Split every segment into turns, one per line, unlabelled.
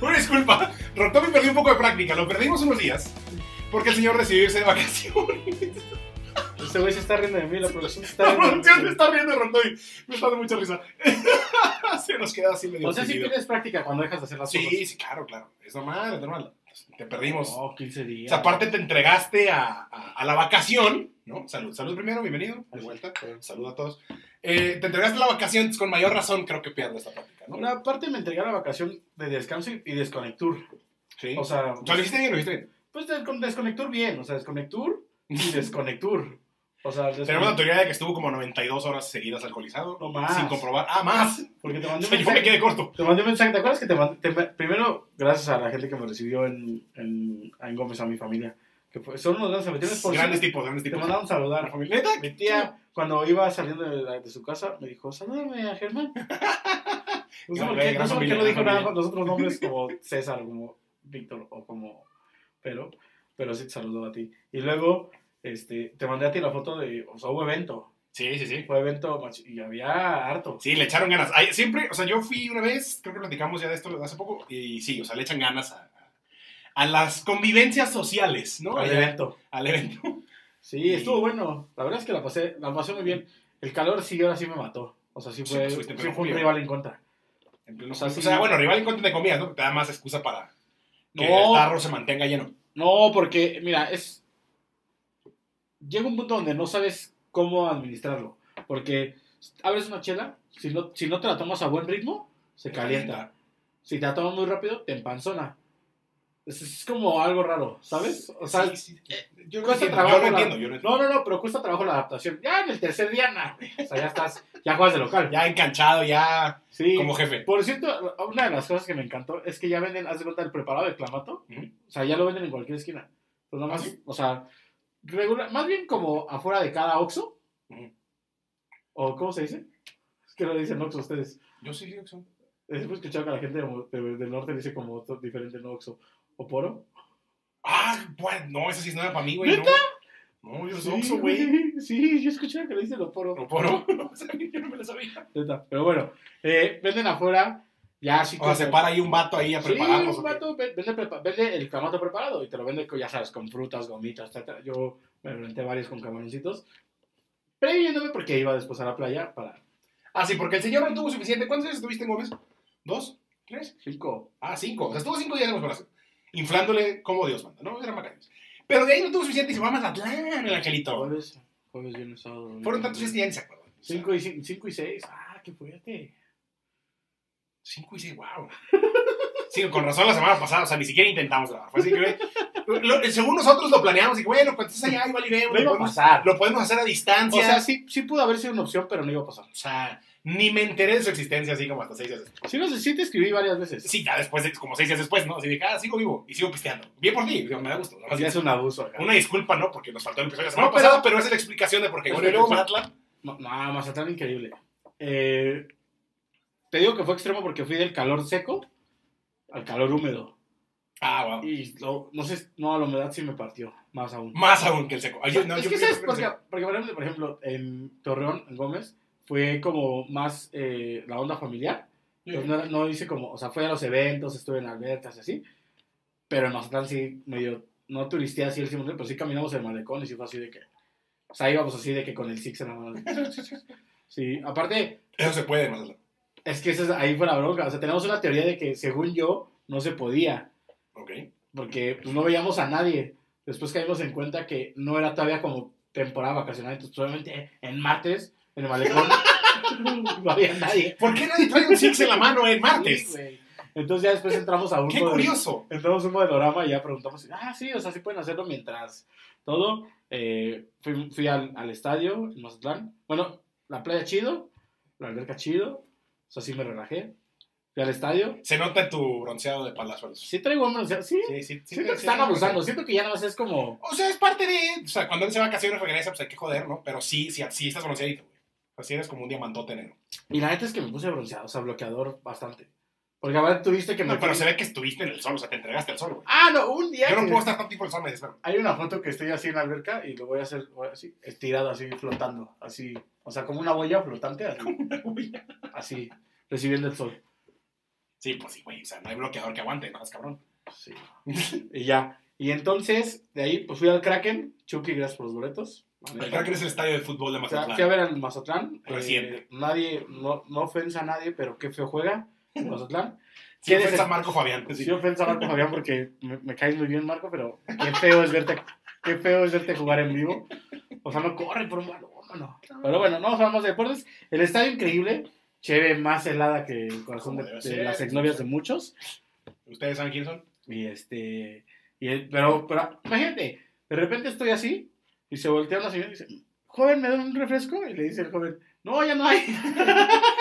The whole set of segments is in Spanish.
Una disculpa, Rotomi perdió un poco de práctica, lo perdimos unos días porque el señor decidió irse de vacaciones.
Este güey se está riendo de mí, la producción se está
La
riendo
producción se
de mí.
está riendo de Rotomi, me está dando mucha risa. Se nos queda así medio
O sea, si
ofendido.
tienes práctica cuando dejas de hacer las
Sí,
cosas.
sí, claro, claro. Es normal, es normal. Te perdimos.
No, 15
O
Oh, días.
sea, aparte te entregaste a, a- a la vacación, ¿no? Salud, salud primero, bienvenido, de
Así
vuelta.
es.
Salud a todos. Eh, te entregaste a la vacación, entonces, con mayor razón creo que pierdo esta práctica, ¿no?
Una aparte me entregué a la vacación de descanso y y desconectur.
Sí.
O sea,
O sea, lo hiciste bien, lo hiciste bien.
pues descon- desconectur bien. O sea, desconectur y desconectur. O sea, desconectur.
Tenemos la teoría de que estuvo como 92 horas seguidas alcoholizado.
No más.
Sin comprobar. Ah, más.
Porque te
O
mandé un
sea, yo me
mensaje.
quedé corto.
Te mandé un mensaje, ¿te acuerdas que te mandé? te ma- primero, gracias a la gente que me recibió en, en, en Gómez, a mi familia. Que fue- son unos grandes anfitriones por
Grandes
sí.
tipos, grandes
Te
tipos.
mandaron
La
saludar.
familia. Neta,
Mi tía, cuando iba saliendo de, la- de su casa, me dijo, salúdame a Germán. No sé
Gran-
por qué, no,
gran
sé por qué
familia,
no dijo
gran
nada
familia.
con los otros nombres como César, como Víctor o como... Pero, pero sí te saludó a ti. Y luego, este, te mandé a ti la foto de... O sea, hubo evento.
Sí, sí, sí.
Fue evento machi- y había harto.
Sí, le echaron ganas. Ay, siempre, o sea, yo fui una vez, creo que platicamos ya de esto hace poco, y sí, o sea, le echan ganas a, a las convivencias sociales, ¿no?
Había
Allá,
evento.
al evento.
Sí, estuvo bueno. La verdad es que la pasé, la pasé muy bien. El calor sí, ahora sí me mató. O sea, sí
Sí,
fue,
pues, fuiste en
sí
pleno
fue un
frío.
rival en contra.
En pleno
O sea,
juego.
sí.
o sea, bueno, rival en contra de comillas, ¿no? Te da más excusa para que el
No,
tarro se mantenga lleno.
no, porque, mira, es. Llega un punto donde no sabes cómo administrarlo. Porque abres una chela, si no, si no te la tomas a buen ritmo, se calienta. Si te la tomas muy rápido, te empanzona. Es, es como algo raro, ¿sabes? O sea,
Sí, sí. Yo, no
Eh, cuesta
entiendo,
trabajo
yo no
la-
entiendo, yo no entiendo.
no, no, no, pero cuesta trabajo la adaptación. Ya en el tercer día, na, güey. O sea, ya estás, ya juegas de local.
Ya enganchado, ya
sí.
como jefe.
Por cierto, una de las cosas que me encantó es que ya venden, haz de cuenta, el preparado de clamato.
Ujú.
O sea, ya lo venden en cualquier esquina. Pues nada
¿Ah,
más,
sí?
o sea, regular, más bien como afuera de cada Oxxo.
Ujú.
¿O cómo se dice? Es que lo dicen Oxxo ustedes.
Yo sí, digo que son-
Siempre he escuchado que la gente de Mo- de- del norte dice como otro diferente no Oxxo. ¿O Poro?
Ah, bueno, no, eso sí no era para mí, güey. No.
¿Neta?
no, yo soy
Sí,
Pues Oxxo, güey. Oh.
Sí, yo he escuchado que le dicen Oporo.
No, poro. No, sabía, yo no me lo sabía.
Neta. Pero bueno, eh, venden afuera, ya así
O sea, se para ahí un vato ahí a
Sí,
prepararlos. ¿o
un
qué?
vato ve- vende, prepa- vende el clamato preparado y te lo vende, ya sabes, con frutas, gomitas, etc. Yo me renté varios con camaroncitos, previéndome porque iba después a la playa para
Ah, sí, porque el señor no tuvo suficiente. ¿Cuántos días estuviste en Gómez? ¿Dos? ¿Tres?
cinco.
Ah, cinco. O sea, estuvo cinco días en los brazos. Inflándole como Dios manda, ¿no? Eran bacanes. Pero de ahí no tuvo suficiente y se va a Mazatlán, el angelito.
Jueves, jueves, viernes, sábado. domingo,
Fueron tantos días que
lunes.
ya ni se acuerdan. O sea,
Cinco y, cin- cinco y seis. Ah, qué fuerte.
Cinco y seis, wow. Sí, con razón la semana pasada, o sea, ni siquiera intentamos grabar. Fue así que, güey, lo- según nosotros lo planeamos, y bueno, cuando estés allá, igual y vemos,
No
lo
iba a
podemos,
pasar.
lo podemos hacer a distancia.
O sea, sí, sí pudo haber sido una opción, pero no iba a pasar.
ni me enteré de su existencia así como hasta seis días después.
Sí, no sé, sí te escribí varias veces.
Sí, ya después, de- como seis días después, ¿no? Así de, ah, sigo vivo y sigo pisteando. Bien por ti, digo, me da gusto. Nada más
Ya es un abuso. acá.
Una disculpa, ¿no? Porque nos faltó el episodio de la semana
No, pero-
pasada, pero esa es la explicación de por qué. Bueno, y luego Mazatlán.
No, no, Mazatlán increíble. Eh, te digo que fue extremo porque fui del calor seco al calor húmedo.
Ah, wow.
Y lo- no sé, no, la humedad sí me partió, más aún.
Más aún que el seco. Ay, yo- no,
es
yo
que
fui-
sabes,
yo fui
porque,
el seco.
porque, por ejemplo, por ejemplo, en Torreón, en Gómez, fue como más eh, la onda familiar.
Mm.
Entonces, no, era- no hice como, o sea, fui a los eventos, estuve en albertas y así. Pero en Mazatlán sí, medio, no turisteé así el segundo, pero sí caminamos en malecones y fue así de que, o sea, íbamos así de que con el six en la mano. Sí, aparte,
Eso se puede, en Mazatlán.
es que esa es- ahí fue la bronca. O sea, tenemos una teoría de que, según yo, no se podía.
Ok.
porque pues, no veíamos a nadie. Después caímos en cuenta que no era todavía como temporada vacacional, entonces solamente en martes, en el malecón, no había nadie.
¿Por qué nadie trae un six en la mano en
Sí,
martes?
güey. entonces ya después entramos a un
Qué
model-
curioso.
entramos a un modelorama y ya preguntamos, ah, sí, o sea, sí pueden hacerlo mientras todo. Eh, fui fui al, al estadio en Mazatlán. Bueno, la playa chido, la alberca chido, o sea, sí me relajé. Fui al estadio.
Se nota tu bronceado de palazuelos.
Sí traigo hombres, sí,
Sí, sí, sí.
siento que
sí,
están
sí.
abusando, siento que ya nada más es como...
O sea, es parte de. O sea, cuando él se va a vacaciones regresa, pues hay que joder, ¿no? Pero sí, sí, sí estás bronceadito, güey. Así eres como un diamantote negro.
Y la neta es que me puse bronceado, o sea, bloqueador bastante. Porque ahora tuviste que
No,
meter-
pero se ve que estuviste en el sol, o sea, te entregaste al sol, güey.
Ah, no, un día.
Yo no
que-
puedo estar tanto tiempo en el sol, me desespero.
Hay una foto que estoy así en la alberca y lo voy a hacer voy así, estirado, así, flotando. Así. O sea, como una boya flotante, así, así, recibiendo el sol.
Sí, pues sí, güey. O sea, no hay bloqueador que aguante, no es cabrón.
Sí. y ya. Y entonces, de ahí, pues fui al Kraken. Chucky, gracias por los boletos. La neta.
El Kraken es el estadio de fútbol de
O sea,
Mazatlán.
fui a ver al Mazatlán. eh,
Reciente.
nadie, no, no ofensa a nadie, pero qué feo juega el Mazatlán.
Sí,
¿Quién
fue
es
San
el-
Marco Fabián. pues
Sí,
sí.
ofensa a Marco Fabián porque me, me caes muy bien, Marco, pero qué feo es verte, qué feo es verte jugar en vivo. O sea, no corre por un balón, no. Pero bueno, no hablamos de deportes. El estadio increíble, chévere, más helada que el corazón
Como
de,
debe
de
ser.
las exnovias de muchos.
¿Ustedes saben quién son?
Y este, y el- pero, pero imagínate, de repente estoy así y se voltea una señora y dice, joven, ¿me da un refresco? Y le dice el joven, no, ya no hay.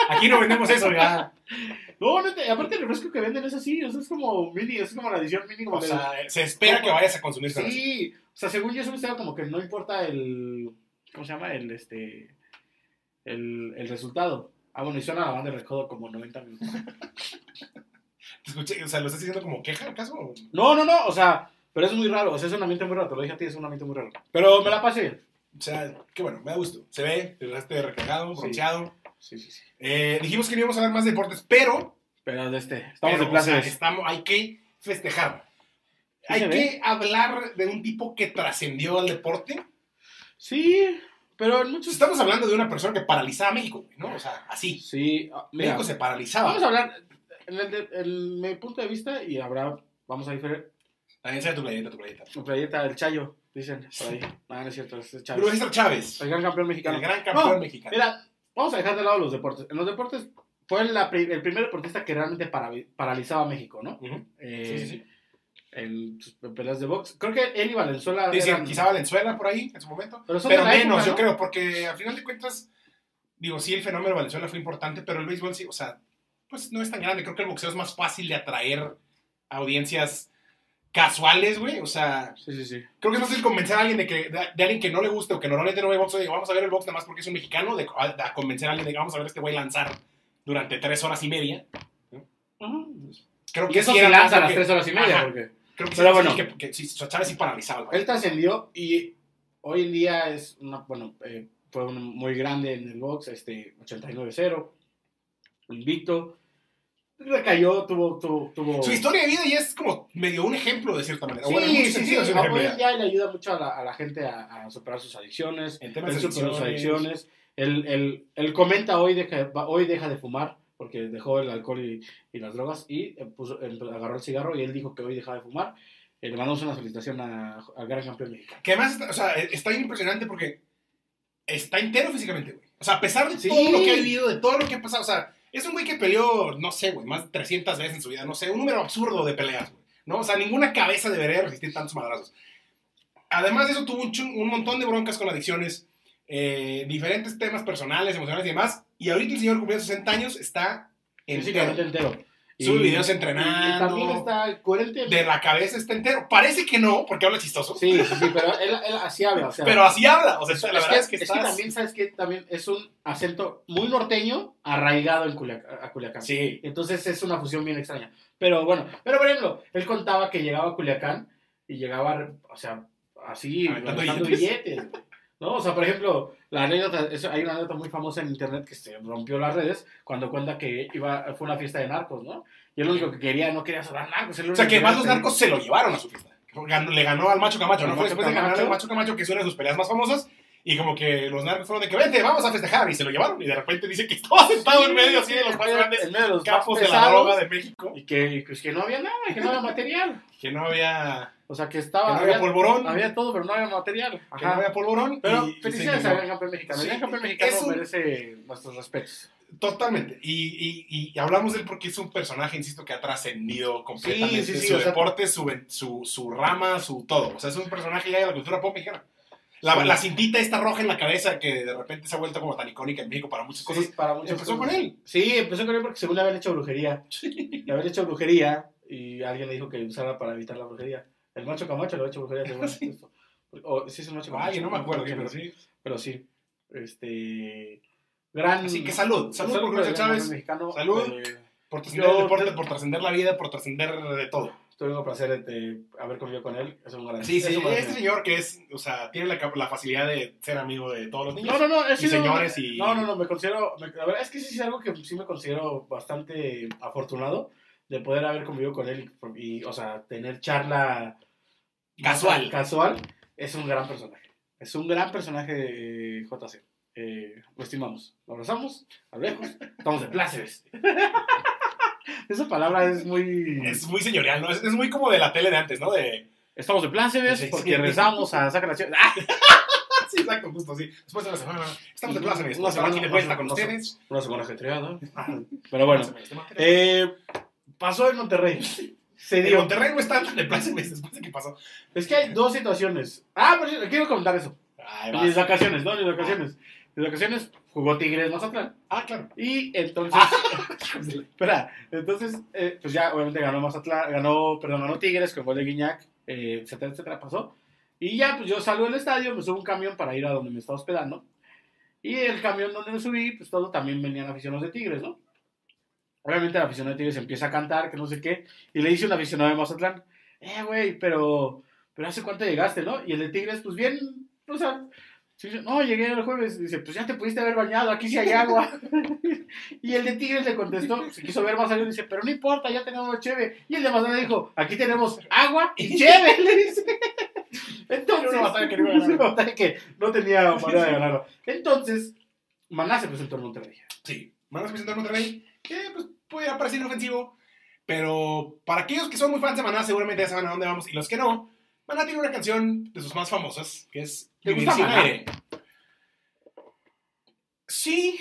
Aquí no vendemos eso,
Ah.
ya.
No, no te- aparte el refresco que venden es así, o sea, es como mini, es como la edición mini. Como
O
de-
sea, se espera que vayas a consumir cerveza.
Sí, o sea, según yo es un estado como que no importa el. ¿Cómo se llama? El este. El, el resultado. Ah, bueno, y suena la banda de recodo como 90 minutos.
Te escuché, o sea, ¿lo estás diciendo como queja, acaso? o-
No, no, no, o sea, pero es muy raro, o sea, es un ambiente muy raro, te lo dije a ti, es un ambiente muy raro. Pero me la pasé bien.
O sea, qué bueno, me da gusto. Se ve, te dejaste recargado,
Sí.
bronceado.
Sí, sí, sí.
Eh, dijimos que no íbamos a hablar más de deportes, pero...
Pero de este, estamos
pero,
de
o sea,
placer.
estamos, hay que festejar.
Sí
hay
se ve.
que hablar de un tipo que trascendió al deporte.
Sí, pero en muchos.
Estamos hablando de una persona que paralizaba a México, güey, ¿no? O sea, así.
Sí, ah, mira,
México se paralizaba.
vamos a hablar, en, el de- en mi punto de vista, y habrá, vamos a diferir,
También sea tu playeta, tu playeta.
mi playeta del Chayo, dicen, por ahí. Ah, No, no es cierto, es Chayo.
Bruno Chávez,
El gran campeón mexicano.
el gran campeón mexicano.
Mira, vamos a dejar de lado los deportes. En los deportes fue la pri- el primer deportista que realmente para- paralizaba a México, ¿no?
Ujú.
Eh,
Sí, sí, sí.
En sus peleas de box. Creo que él y Valenzuela.
Sí, sí,
eran-
quizá Valenzuela por ahí en su momento.
Pero, son de
Pero
la época,
menos, yo
¿no?
creo, porque al final de cuentas, digo, sí, el fenómeno de Valenzuela fue importante, pero el béisbol sí, o sea, pues no es tan grande. Creo que el boxeo es más fácil de atraer a audiencias casuales, güey. O sea,
Sí, sí, sí.
creo que es más fácil convencer a alguien de que de, de alguien que no le guste o que normalmente no ve boxeo, digo, vamos a ver el box nada más porque es un mexicano, de, a, a convencer a alguien de que vamos a ver a este güey lanzar durante tres horas y media. Creo
Y
que
eso
sí
sí
era más
lanza a
lo
las
que-
3 horas y media,
Ajá.
porque
Creo que sí,
Pero
sí,
bueno.
que, que sí, Chávez sí paralizaba. güey.
él trascendió y hoy en día es una, bueno, eh, fue un muy grande en el box, este, 89-0, invicto. Recayó, tuvo, tuvo, tuvo.
Su historia de vida ya es como medio un ejemplo de cierta manera.
Sí,
bueno, en muchos
sí, sí,
sentidos es un
ah,
ejemplo
hoy
ya.
ya le ayuda mucho a la, a la gente a, a superar sus adicciones.
En
Él
temas de
superó sus
adicciones.
adicciones. Él, él- él comenta hoy deja, va- hoy deja de fumar porque dejó el alcohol y, y las drogas y eh, puso- em- agarró el cigarro y él dijo que hoy deja de fumar. Eh, le mandamos una felicitación a- al gran campeón mexicano.
Que además, está, o sea, eh, está bien impresionante porque está entero físicamente, güey. O sea, a pesar de
Sí.
todo lo que ha vivido, de todo lo que ha pasado, o sea, es un güey que peleó, no sé, güey, más de 300 veces en su vida, no sé, un número absurdo de peleas, güey. ¿No? O sea, ninguna cabeza debería resistir tantos madrazos. Además de eso, tuvo un, chun- un montón de broncas con adicciones, eh, diferentes temas personales, emocionales y demás. Y ahorita el señor cumplió 60 años, está
Físicamente
entero.
entero.
Sube videos
y- y
entrenando.
también está coherente.
De la cabeza está entero. Parece que no, porque habla chistoso.
Sí, sí, sí, pero él, él así habla. o sea,
Pero así habla. O sea, la
es
verdad
que,
es que
es que
estás...
también, ¿sabes que También es un acento muy norteño arraigado en Culiac- a Culiacán.
Sí.
Entonces es una fusión bien extraña. Pero bueno, pero por ejemplo, él contaba que llegaba a Culiacán y llegaba, o sea, así,
Aventando
aventando billetes. güey. ¿No? O sea, por ejemplo, la anécdota, es- hay una anécdota muy famosa en internet que se rompió las redes cuando cuenta que iba, fue una fiesta de narcos, ¿no? Y él lo único que quería, no quería sonar narcos. él lo
O sea,
único
que
quería
más los
era
narcos se lo llevaron a su fiesta. Ganó- le ganó al Macho Camacho, ¿no?
Al
Fue
Macho
después de ganarle al
Camacho.
Macho Camacho, que es una de sus peleas más famosas. Y como que los narcos fueron de que vente, vamos a festejar. Y se lo llevaron. Y de repente dice que estaba sentado en medio así de los más grandes
en medio de los más
capos de la
pesados,
droga de México.
Y que, y pues, que- que no había nada, que no había material.
Que no había,
O sea,
que
que estaba.
no había polvorón.
Ah, había todo, pero no había material.
Que no
Ajá.
había polvorón.
Pero
y- y se
felicidades al
indignó.
gran campeón mexicano.
Sí,
el gran campeón mexicano
es un-
merece nuestros respetos.
Totalmente. Y, y, y hablamos de él porque es un personaje, insisto, que ha trascendido completamente
Sí, sí, sí,
su
o sea-
deporte, su, ven- su, su rama, su todo. O sea, es un personaje ya de la cultura pop mexicana. La,
Sí.
la cintita esta roja en la cabeza que de repente se ha vuelto como tan icónica en México para muchas cosas.
Sí, para muchos.
Empezó con él.
Sí, empezó con él porque según le habían hecho brujería. Le habían hecho brujería y alguien le dijo que usara para evitar la brujería. El macho camacho le había hecho brujería según esto. O, sí, es un macho camacho.
Ay, no me acuerdo bien, pero
sí.
sí.
Pero sí. Este. Gran.
Así que salud. Salud, por
por
Cruz
el gran
Chávez.
mexicano.
Salud.
Eh,
Por trascender el
Yo-
deporte, por trascender la vida, por trascender de todo.
Tuve el placer de, de haber comido con él. Es un gran
Sí,
es
sí,
un gran-
este señor que es, o sea, tiene la, cap- la facilidad de ser amigo de todos los niños.
No, no, no, he
Y
sido-
señores y-
No, no, no, me considero... me- la verdad es que sí es algo que sí me considero bastante afortunado de poder haber convivido con él y, y, o sea, tener charla...
Casual.
Casual. Es un gran personaje. Es un gran personaje, eh, JC. Eh, lo estimamos. Lo abrazamos, a lo lejos, estamos de pláceres. Esa palabra es muy...
Es muy señorial, ¿no? Es, es muy como de la tele de antes, ¿no? De...
Estamos de pláceres
Sí, sí.
porque regresamos a sacar la Ciudad. ¡Ah!
Sí, exacto, justo, sí. Después de la semana, estamos de
Una
plaza,
semana,
una semana aquí de
una
vuelta
semana,
con
una
ustedes.
Una semana ajetreada. Pero bueno,
Plácemes, de Monterrey.
Eh, pasó en Monterrey. Se
En
dio.
Monterrey no está tan de plácemes después de que pasó.
Es que hay dos situaciones. Ah, por cierto, quiero comentar eso.
Ay,
Mis
vas.
vacaciones, ¿no? Mis vacaciones. Mis vacaciones jugó Tigres Mazatlán.
Ah, claro.
Y entonces. Espera, entonces, eh, pues ya obviamente ganó Mazatlán, ganó, perdón, ganó Tigres con gol de Guiñac, eh, etcétera, etcétera, pasó. Y ya, pues yo salgo del estadio, me subo a un camión para ir a donde me estaba hospedando. Y el camión donde me subí, pues todo también venían aficionados de Tigres, ¿no? Obviamente la aficionada de Tigres empieza a cantar, que no sé qué. Y le dice un aficionado de Mazatlán, eh, güey, pero, pero hace cuánto llegaste, ¿no? Y el de Tigres, pues bien, o sea, sí, dice, no, llegué el jueves. Dice, pues ya te pudiste haber bañado, aquí sí hay agua. y el de Tigres le contestó, pues, se quiso ver más allá, dice, pero no importa, ya tenemos cheve. Y el de Mazatlán dijo, aquí tenemos agua y cheve, le dice. Entonces,
Era una batalla que no iba a ganar.
era una batalla que no tenía manera de ganarlo. Entonces, Maná se presentó en Monterrey.
Sí. Manos que presentar Monterrey, que pues puede parecer inofensivo, pero para aquellos que son muy fans de Maná, seguramente ya saben a dónde vamos. Y los que no, Maná tiene una canción de sus más famosas, que es
¿Te
Vivir
gusta
sin
Maná?
aire. Sí.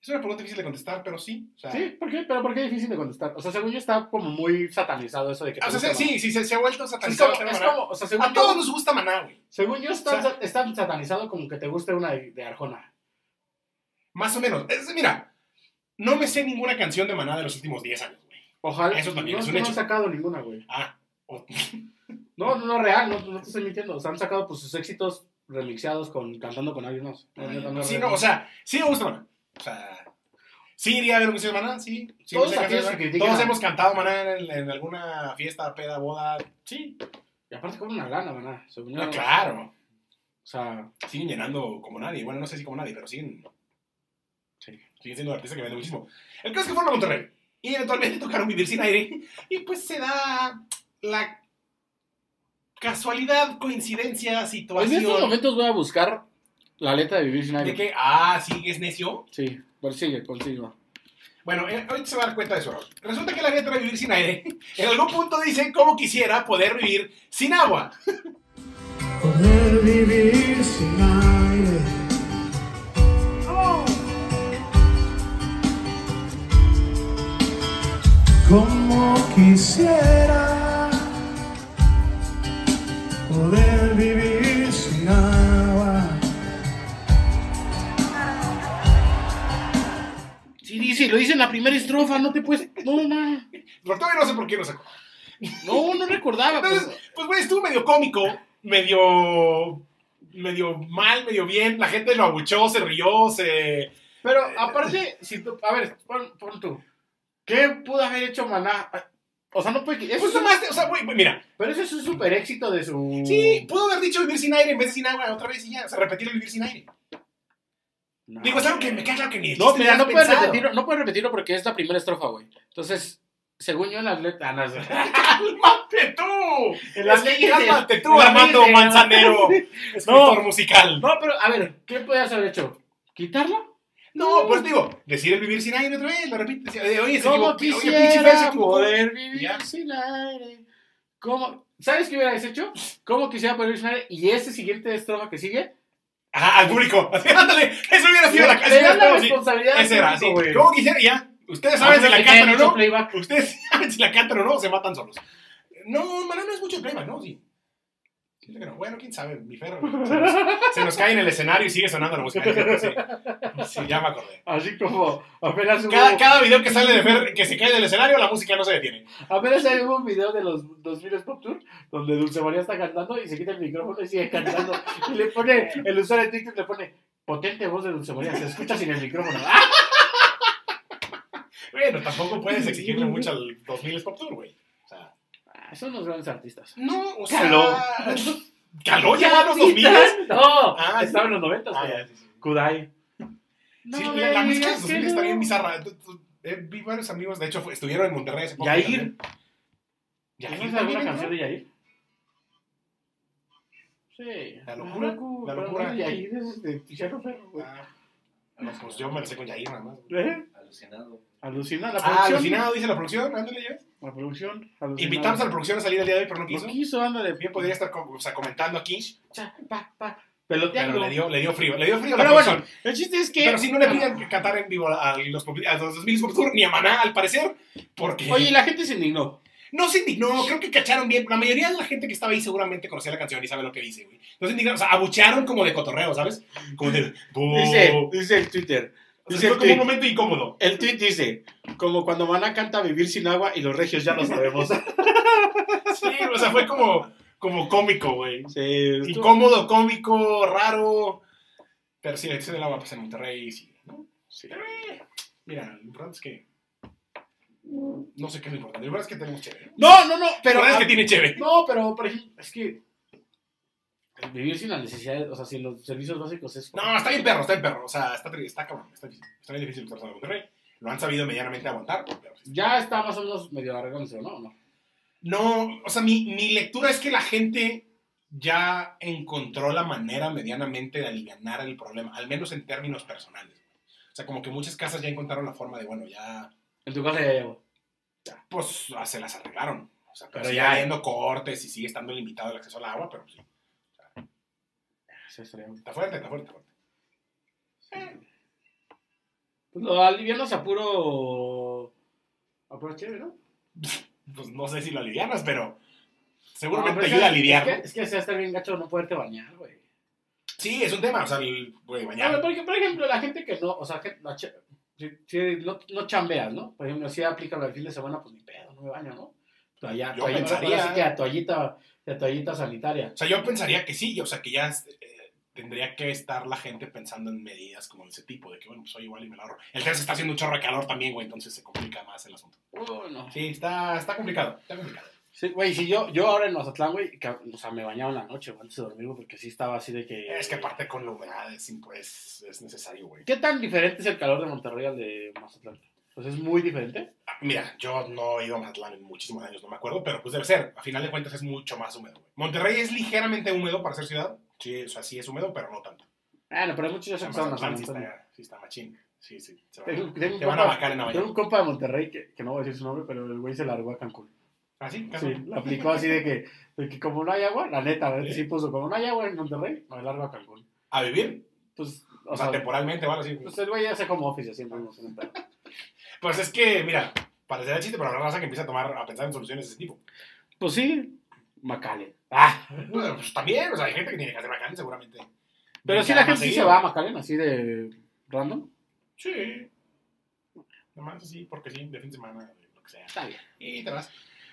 Es una pregunta difícil de contestar, pero sí. O sea,
Sí, ¿por qué? Pero ¿por qué es difícil de contestar? O sea, según yo está como muy satanizado eso de que...
Ah, O sea,
te
sí,
gusta
sí, sí, se, se ha vuelto
Maná. Es
satanizado.
como, es
Maná.
como, o sea, según
A
yo,
todos nos gusta Maná, güey.
según yo
O
está,
sea-
está satanizado como que te guste una de, de Arjona.
Más o menos. Es- mira, no me sé ninguna canción de Maná de los últimos 10 años, güey.
Ojalá.
Eso también
no,
es un
no
hecho.
han sacado ninguna, güey.
Ah, o-
No, no, no, real, no, no te estoy mintiendo. O sea, han sacado pues sus éxitos remixeados con cantando con alguien más. No, no, no,
sí,
real.
no, o sea, sí me gusta Maná. O sea, sí iría a ver conciertos de Maná, sí. sí
Todos
me sé canciones
aquellos
de
que
Maná.
critican
Todos
a-
hemos cantado Maná en, en alguna fiesta, peda, boda. Sí,
Y aparte como una lana, maná. Según yo,
no, Ah, claro.
O sea,
Siguen llenando como nadie. Bueno, no sé si como nadie, pero siguen. Sí, siguen siendo artistas que venden muchísimo. El caso es que fueron a Monterrey. Y eventualmente tocaron Vivir sin aire. Y pues se da la casualidad, coincidencia,
Pues en
situación.
estos momentos voy a buscar la letra de Vivir sin
De
aire.
que, ah, sí, es necio.
Sí, consigue, consigo.
Bueno, eh, ahorita se va a dar cuenta de su error. Resulta que la letra de vivir sin aire, en algún punto dice cómo quisiera poder vivir sin agua.
Poder vivir sin aire. Como quisiera poder vivir sin agua.
Sí, dice, lo dice en la primera estrofa, no te puedes... No, no.
Pero todavía no sé por qué lo sacó.
No, no recordaba.
Entonces,
pues.
pues güey, estuvo medio cómico, medio medio mal, medio bien. La gente lo abuchó, se rió, se...
Pero aparte, si tú- a ver, pon, pon tú. ¿Qué pudo haber hecho Maná? O sea, no puede. que- Eso
Pues
es un-
nomás, o sea, güey, mira,
pero eso es un super éxito de su.
sí, pudo haber dicho vivir sin aire en vez de sin agua otra vez y ya, o sea, repetir el vivir sin aire.
No.
Digo, es algo que me cae claro que ni el
No,
chiste
mira,
habías
no puedes,
pensado.
repetirlo, no puedes repetirlo porque es la primera estrofa, güey. Entonces, según yo en las letras. Ah, no,
¡Cálmate
es-
tú!
En las
Es que
leyes de-
cálmate tú,
en las
Armando
leyes de-
Manzanero, escritor musical.
No, pero a ver, ¿qué podías haber hecho? ¿Quitarla?
No, pues digo, decir el vivir sin aire otra vez, lo repito. decir, eh, Oye, se
¿Cómo
equivocó, oye, pinche Fer se
quisiera
equivocó.
poder vivir
Ya.
sin aire? ¿Cómo? ¿Sabes qué hubieras hecho? ¿Cómo quisiera poder vivir sin aire? Y ese siguiente estrofa que sigue,
Ajá, al público. Así, ándale, eso hubiera sido la
Le
casa.
dan la
Eso
responsabilidad al
era así.
público, güey.
¿Cómo quisiera? Ya. Ustedes
Ah,
saben si
porque
la
tienen
cantan
mucho
o
playback.
no. Ustedes saben si la cantan o no, se matan solos. No, Maná no es mucho el playback, ¿no? Sí. Siento que no. Bueno, quién sabe, mi ferro. Se nos, se nos cae en el escenario y sigue sonando la música. Sí, sí ya me acordé.
Así como apenas hubo,
Cada, cada video que sale de Fer que se cae del escenario, la música no se detiene.
apenas hay un video de los 2000 Pop Tour donde Dulce María está cantando y se quita el micrófono y sigue cantando. Y le pone, el usuario de TikTok le pone, potente voz de Dulce María, se escucha sin el micrófono. ¡Ah!
Güey, bueno, tampoco puedes exigirle mucho al 2000 Pop Tour, güey. O sea,
Ah, son unos grandes artistas.
no, o sea.
Caló.
Caló ya a los 2000.
No,
Ah, sí.
estaba en los 90.
Ah, ya, sí, sí.
Kudai.
Sí, la, la música de los 2000 está bien bizarra. Tu- tu- eh, Vi varios amigos, de hecho, fue- estuvieron en Monterrey hace poco.
Yair.
Ya
¿Conoces alguna canción de Yair? Sí.
La locura,
Macuco,
la
pero
locura. Ah.
no, Yair es de Tiziano Ferro, güey.
pues yo me la sé con Yair nada más. güey.
¿Eh?
Alucinado.
Alucina la
Ah,
producción.
alucinado, dice la producción, ándale ya.
La producción. alucinado.
Invitamos a la producción a salir el día de hoy, pero no quiso.
Lo quiso, ándale.
Bien podría estar co- o sea, comentando aquí,
Cha, pa, pa.
pero
Peloteando.
le dio, le dio frío, le dio frío a la
Pero
producción.
bueno, el chiste es que.
Pero si no le piden que cantar en vivo a los, pop- a los 2000 Pop Tour ni a Maná, al parecer, porque
Oye, la gente se indignó.
no se indignó, creo que cacharon bien. La mayoría de la gente que estaba ahí seguramente conocía la canción y sabe lo que dice, güey. No se indignaron, o sea, abuchearon como de cotorreo, ¿sabes? Como de... "Boo".
Dice,
O
dice el Twitter.
sea,
dice
fue como
que-
un momento incómodo.
El tweet dice, como cuando Maná canta Vivir sin agua y los regios ya lo sabemos.
Sí, o sea, fue como, como cómico, güey.
Sí, estuvo-
Incómodo, cómico, raro. Pero sí, la edición del agua pasa en Monterrey, sí, ¿no?
sí.
Pero, eh, mira, lo importante es que... No sé qué es lo importante. Lo importante es que tenemos chévere.
No, no, no,
Pero
pero...
es que tiene chévere.
No, pero, por ejemplo, es que el vivir sin las necesidades, o sea, sin los servicios básicos es...
No, está bien perro, está bien perro. O sea, está, tri- está cabrón, está difícil. Está bien difícil estar solo en Monterrey. Lo han sabido medianamente aguantar. pero pues, sí.
Ya está más o menos medio arreglándose, ¿no? ¿no?
No, o sea, mi, mi lectura es que la gente ya encontró la manera medianamente de aliviar el problema, al menos en términos personales. O sea, como que muchas casas ya encontraron la forma de, bueno, ya,
En tu casa ya llevo.
pues, ah, se las arreglaron. O sea, pero,
Pero
sigue
ya-
habiendo cortes y sigue estando limitado el acceso al agua, pero sí.
Sí, estaría bueno.
Está fuerte, está fuerte, está fuerte.
Pues lo alivianos a puro... A puro chévere, ¿no?
Pues no sé si lo alivianas, pero seguramente
No,
te
pero
ayuda a
es que-
lidiar.
Es
¿no?
que, es que se va a estar bien gacho no poderte bañar, güey.
Sí, es un tema. O sea, el, güey,
No,
bañar.
porque, por ejemplo, la gente que no, o sea, que la ch- si, si no, no chambeas, ¿no? Por ejemplo, si aplica el fin de semana, pues ni pedo, no me baño, ¿no? Toalla,
Yo
toalla,
pensaría. ¿eh?
ahora sí que a toallita, a toallita sanitaria.
O sea, yo pensaría que sí, o sea, que ya eh, tendría que estar la gente pensando en medidas como de ese tipo, de que, bueno, pues, soy igual y me la ahorro. El se está haciendo un chorro de calor también, güey, entonces se complica más el asunto.
Uy, no.
Sí, está, está complicado, está complicado.
Sí, güey, si yo, yo ahora en Mazatlán, güey, que, o sea, me bañaba en la noche, güey, antes de dormir, güey, porque sí estaba así de que...
Es que aparte con la humedad es, imp- es, es necesario, güey.
¿Qué tan diferente es el calor de Monterrey al de Mazatlán? Pues es muy diferente.
Ah, Mira, yo no he ido a Mazatlán en muchísimos años, no me acuerdo, pero pues debe ser. A final de cuentas es mucho más húmedo, güey. Monterrey es ligeramente húmedo para ser ciudad. Sí, o sea, sí es húmedo, pero no tanto.
Ah, no, pero muchos ya se empezaron a
Mazatlán
San
sí
Antonio.
está, sí está machín. Sí, sí. Se
Tengo-
van, a-
tengo un
te van a
compa-
vacar en
tengo un
Navallejo.
compa de Monterrey, que, que no voy a decir su nombre, pero el güey se largó a Cancún.
¿Ah, sí?
Sí, la aplicó así de que, de que como no hay agua, la neta, ¿verdad? sí puso, como no hay agua en Monterrey, me largo a Cancún.
¿A vivir?
Pues, o
O sea,
sea,
temporalmente, ¿vale? Sí.
pues el güey ya se como office haciendo unos en el perro.
Pues es que, mira, parecerá chiste, pero la raza que empieza a tomar, a pensar en soluciones de ese tipo.
Pues sí, Macale. Ah,
Bueno, Pues también, o sea, hay gente que tiene que hacer bacán, seguramente.
pero sí
Ya
la
más
gente sí se
seguido.
va a Macalen, así de random.
Sí. Nomás así, porque sí, de fin de semana, de lo que sea.
Está bien.
Y te vas.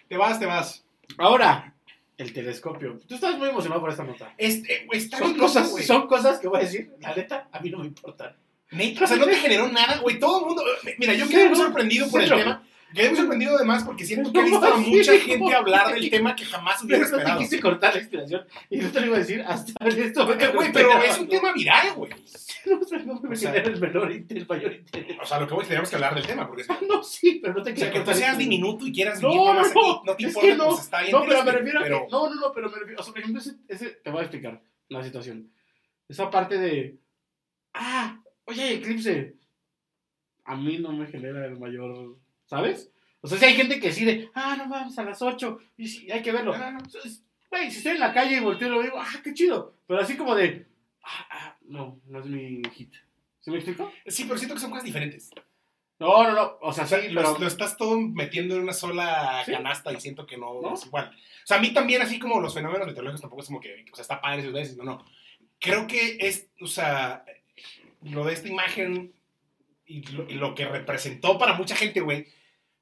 Te vas, te vas.
Ahora, el telescopio. Tú estás muy emocionado por esta nota.
Este, güey, está
Son
bien loco,
cosas,
güey.
son cosas que voy a decir, la neta, a mí no me importan.
Neta, o sea, no te generó nada, güey. Todo el mundo. eh, Mira, yo
Sí,
quedé muy
¿no?
sorprendido por el
Cero.
tema. Quedé muy sorprendido además porque siento que he
No,
visto a
sí,
mucha
no.
gente hablar del tema que jamás hubiera
Pero no te
esperado.
quise cortar la inspiración y no te lo iba a decir hasta esto.
Eh, Güey, pero es un tema viral, güey.
No, o sea, no me
O sea-
genera el menor interés, el mayor interés.
O sea, lo que voy, tenemos que hablar del tema, porque es
No, sí, pero no te
O sea,
quiero
que tú
contar
seas
esto.
diminuto y quieras
No,
venir no,
no,
aquí, no te
es
importa,
que no.
pues está bien.
No, pero me
triste,
refiero a
pero-
que. No, no, no, pero me refiero. O sea, por ejemplo, ese, ese- te voy a explicar la situación. Esa parte de. Ah, oye, hay eclipse. A mí no me genera el mayor. ¿Sabes? O sea, si hay gente que sí de. Ah, no mames, a las 8. Y sí, hay que verlo.
No, no, no.
Entonces, Güey, si estoy en la calle y volteo y lo digo, ah, qué chido. Pero así como de. Ah, ah, no, no es mi hit. ¿Sí me explico?
Sí, pero siento que son cosas diferentes.
No, no, no. O sea,
O sea,
sí,
lo,
pero.
lo estás todo metiendo en una sola
Sí.
canasta y siento que no,
¿No?
es igual. O sea, a mí también, así como los fenómenos meteorológicos, tampoco es como que, o sea, está padre si ustedes dicen, no, no. Creo que es, o sea, lo de esta imagen y lo, y lo que representó para mucha gente, güey.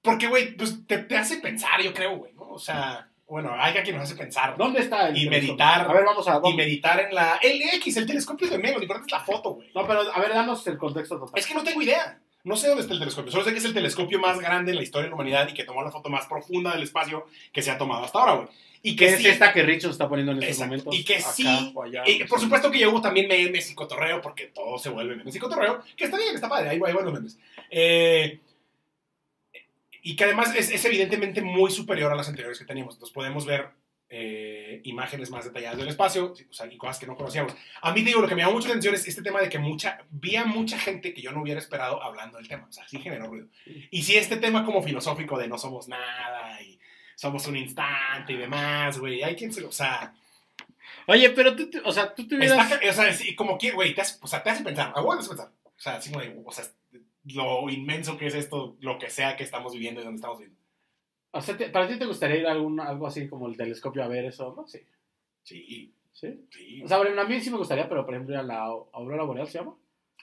Porque, güey, pues te, te hace pensar, yo creo, güey, ¿no? O sea, bueno, hay a quien nos hace pensar, ¿no?
¿Dónde está el.?
Y
telescopio?
meditar.
A ver, vamos a.
Y
vamos.
meditar en la LX, el telescopio de menos, lo importante es la foto, güey.
No, pero a ver, danos el contexto total.
Es que no tengo idea. No sé dónde está el telescopio, solo sé que es el telescopio más grande en la historia de la humanidad y que tomó la foto más profunda del espacio que se ha tomado hasta ahora, güey. Y
Que
que
es
sí,
esta que Richard está poniendo en estos
Exacto.
momentos.
Y que
acá
sí,
o allá,
y
no
por
sé.
supuesto que ya hubo también memes y cotorreo, porque todo se vuelve memes y cotorreo, que está bien, que está padre, ahí, va- ahí van los memes. Eh, y que además es, es evidentemente muy superior a las anteriores que teníamos. Entonces podemos ver eh, imágenes más detalladas del espacio o sea, y cosas que no conocíamos. A mí te digo, lo que me llamó mucha atención es este tema de que mucha, vi a mucha gente que yo no hubiera esperado hablando del tema. O sea, sí generó ruido. Y si este tema como filosófico de no somos nada y somos un instante y demás, güey, hay quien se lo... O sea,
Oye, pero tú, te- o sea, tú te hubieras...
Está ca- o sea, sí, como que, güey, te hace, o sea, te hace pensar, a vos te hace pensar. O sea, así como de, o sea, lo inmenso que es esto, lo que sea que estamos viviendo y donde estamos viviendo.
O sea, te- ¿para ti te gustaría ir a algún, algo así como el telescopio a ver eso? ¿no? Sí.
Sí,
¿Sí?
sí.
O sea, bueno, a mí sí me gustaría, pero por ejemplo, ir a la aurora boreal, ¿se llama?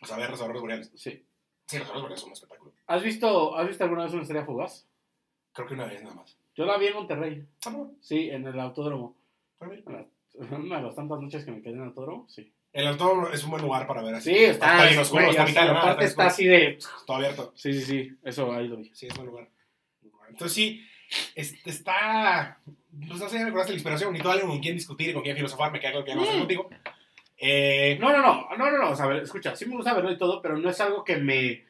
O sea, ver los auroras boreales.
Sí.
Sí, los auroras boreales son un espectáculo.
¿Has visto, ¿Has visto alguna vez una estrella fugaz?
Creo que una vez nada más.
Yo la vi en Monterrey.
Ah, no,
Sí, en el autódromo.
está bien.
Una de las tantas noches que me quedé en el autódromo, sí.
El autódromo es un buen lugar para ver así.
Sí, está,
bien oscuro,
güey,
está
así,
vital, nada,
aparte
está
está así de...
Todo abierto.
Sí, sí, sí, eso ahí lo vi.
Sí, es buen lugar. Entonces, sí, es- está. Pues no sé, me acordaste la inspiración. Ni todo alguien con quien discutir, con quien filosofar. Me queda claro que ya no
Mm.
hacer contigo. Eh,
No, no, no, no, no, no, o sea, a ver, escucha, sí me gusta verlo y todo, pero no es algo que me...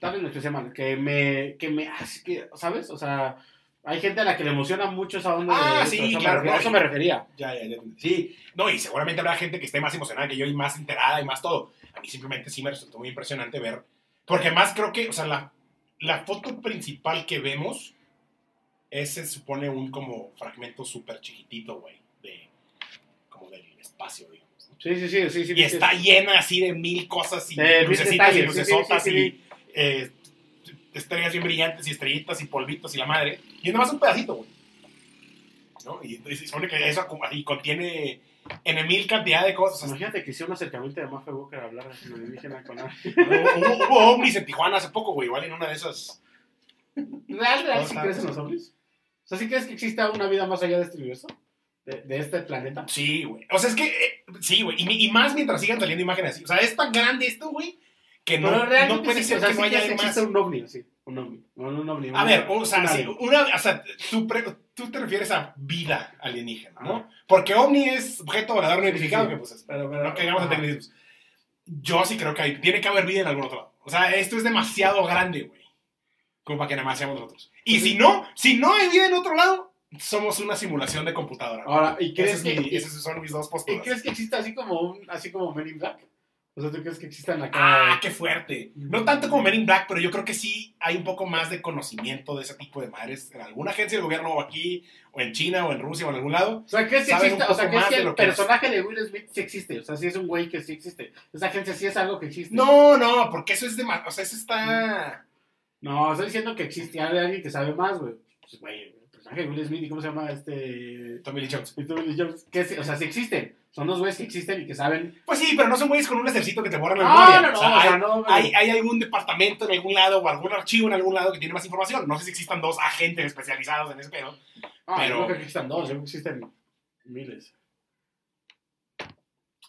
Tal vez me expresé mal, que me, que me hace que, ¿sabes? O sea, hay gente a la que le emociona mucho esa onda de...
Ah,
esto,
sí,
a eso me
claro,
refería,
no,
a eso
y-
me refería.
Ya, ya, ya. Sí, no, y seguramente habrá gente que esté más emocionada que yo y más enterada y más todo. A mí simplemente sí me resultó muy impresionante ver. Porque más creo que, o sea, la, la foto principal que vemos ese supone un como fragmento súper chiquitito, güey, de como del espacio, digamos. ¿no?
Sí, sí, sí, sí, sí.
Y está llena así de mil cosas y
Eh, vi
lucecitas y
detalles, sí, sí,
lucesotas
sí, sí,
y eh, estrellas bien brillantes y estrellitas y polvitos y la madre. Y es nada más un pedacito, güey. ¿No? Y, y se supone que eso acu- y contiene en mil cantidad de cosas. O sea,
Imagínate que hiciera un acercamiento de Maffe Walker a hablar así de indígena con
hubo, hubo ovnis en Tijuana hace poco, güey. Igual en una de esas.
¿Real, real,
O
si
sea,
crees en los ovnis? O sea, ¿sí crees que exista una vida más allá de este universo? ¿De, de este planeta?
Sí, güey. O sea, es que. eh, sí, güey. Y, mi- y más mientras sigan saliendo imágenes así. O sea, es tan grande esto, güey, que no,
Pero realmente
no puede
sí,
ser
o sea,
que
sí
no haya
crees que
algo más.
existe un ovni, así. Un ovni. No, no un ovni.
A
un-
ver, o sea,
un
sí,
alien.
una, o sea, tú, pre- tú te refieres a vida alienígena, ¿no? Porque ovni es objeto volador no identificado,
Sí.
que pues es.
Pero, pero,
No caigamos en
ajá.
tecnicismos. Yo sí creo que hay, tiene que haber vida en algún otro lado. O sea, esto es demasiado grande, güey. Como para que nada más seamos nosotros. Y si no, si no hay vida en otro lado, somos una simulación de computadora.
Ahora, Oh, ¿y crees,
Esas
que, y-
son mis dos
y
posturas.
crees que exista así como un, así como Men in Black? O sea, ¿tú crees que existan acá?
Ah, qué fuerte. No tanto como Men in Black, pero yo creo que sí hay un poco más de conocimiento de ese tipo de madres en alguna agencia del gobierno o aquí, o en China, o en Rusia, o en algún lado.
O sea, ¿crees que
saben
exista?
un
O sea,
poco
¿crees
más
que
de
el
lo que es?
personaje de Will Smith sí existe? O sea, sí es un güey que sí existe. Esa agencia sí es algo que existe.
No, no, porque eso es de más. O sea, eso está.
No, estoy diciendo que existe alguien que sabe más, güey. Pues, güey, el personaje de Will Smith, ¿y cómo se llama este?
Tommy Lee Jones.
Y tú, y yo, ¿qué se- o sea, sí existen. Son los güeyes que existen y que saben.
Pues sí, pero no son güeyes con un ejercito que te borran la
No,
memoria.
no, no,
O sea,
o
hay,
sea, no. güey.
hay- hay algún departamento en algún lado o algún archivo en algún lado que tiene más información. No sé si existan dos agentes especializados en ese pedo.
Ah,
pero-
Yo no creo que existan dos, yo creo que existen miles.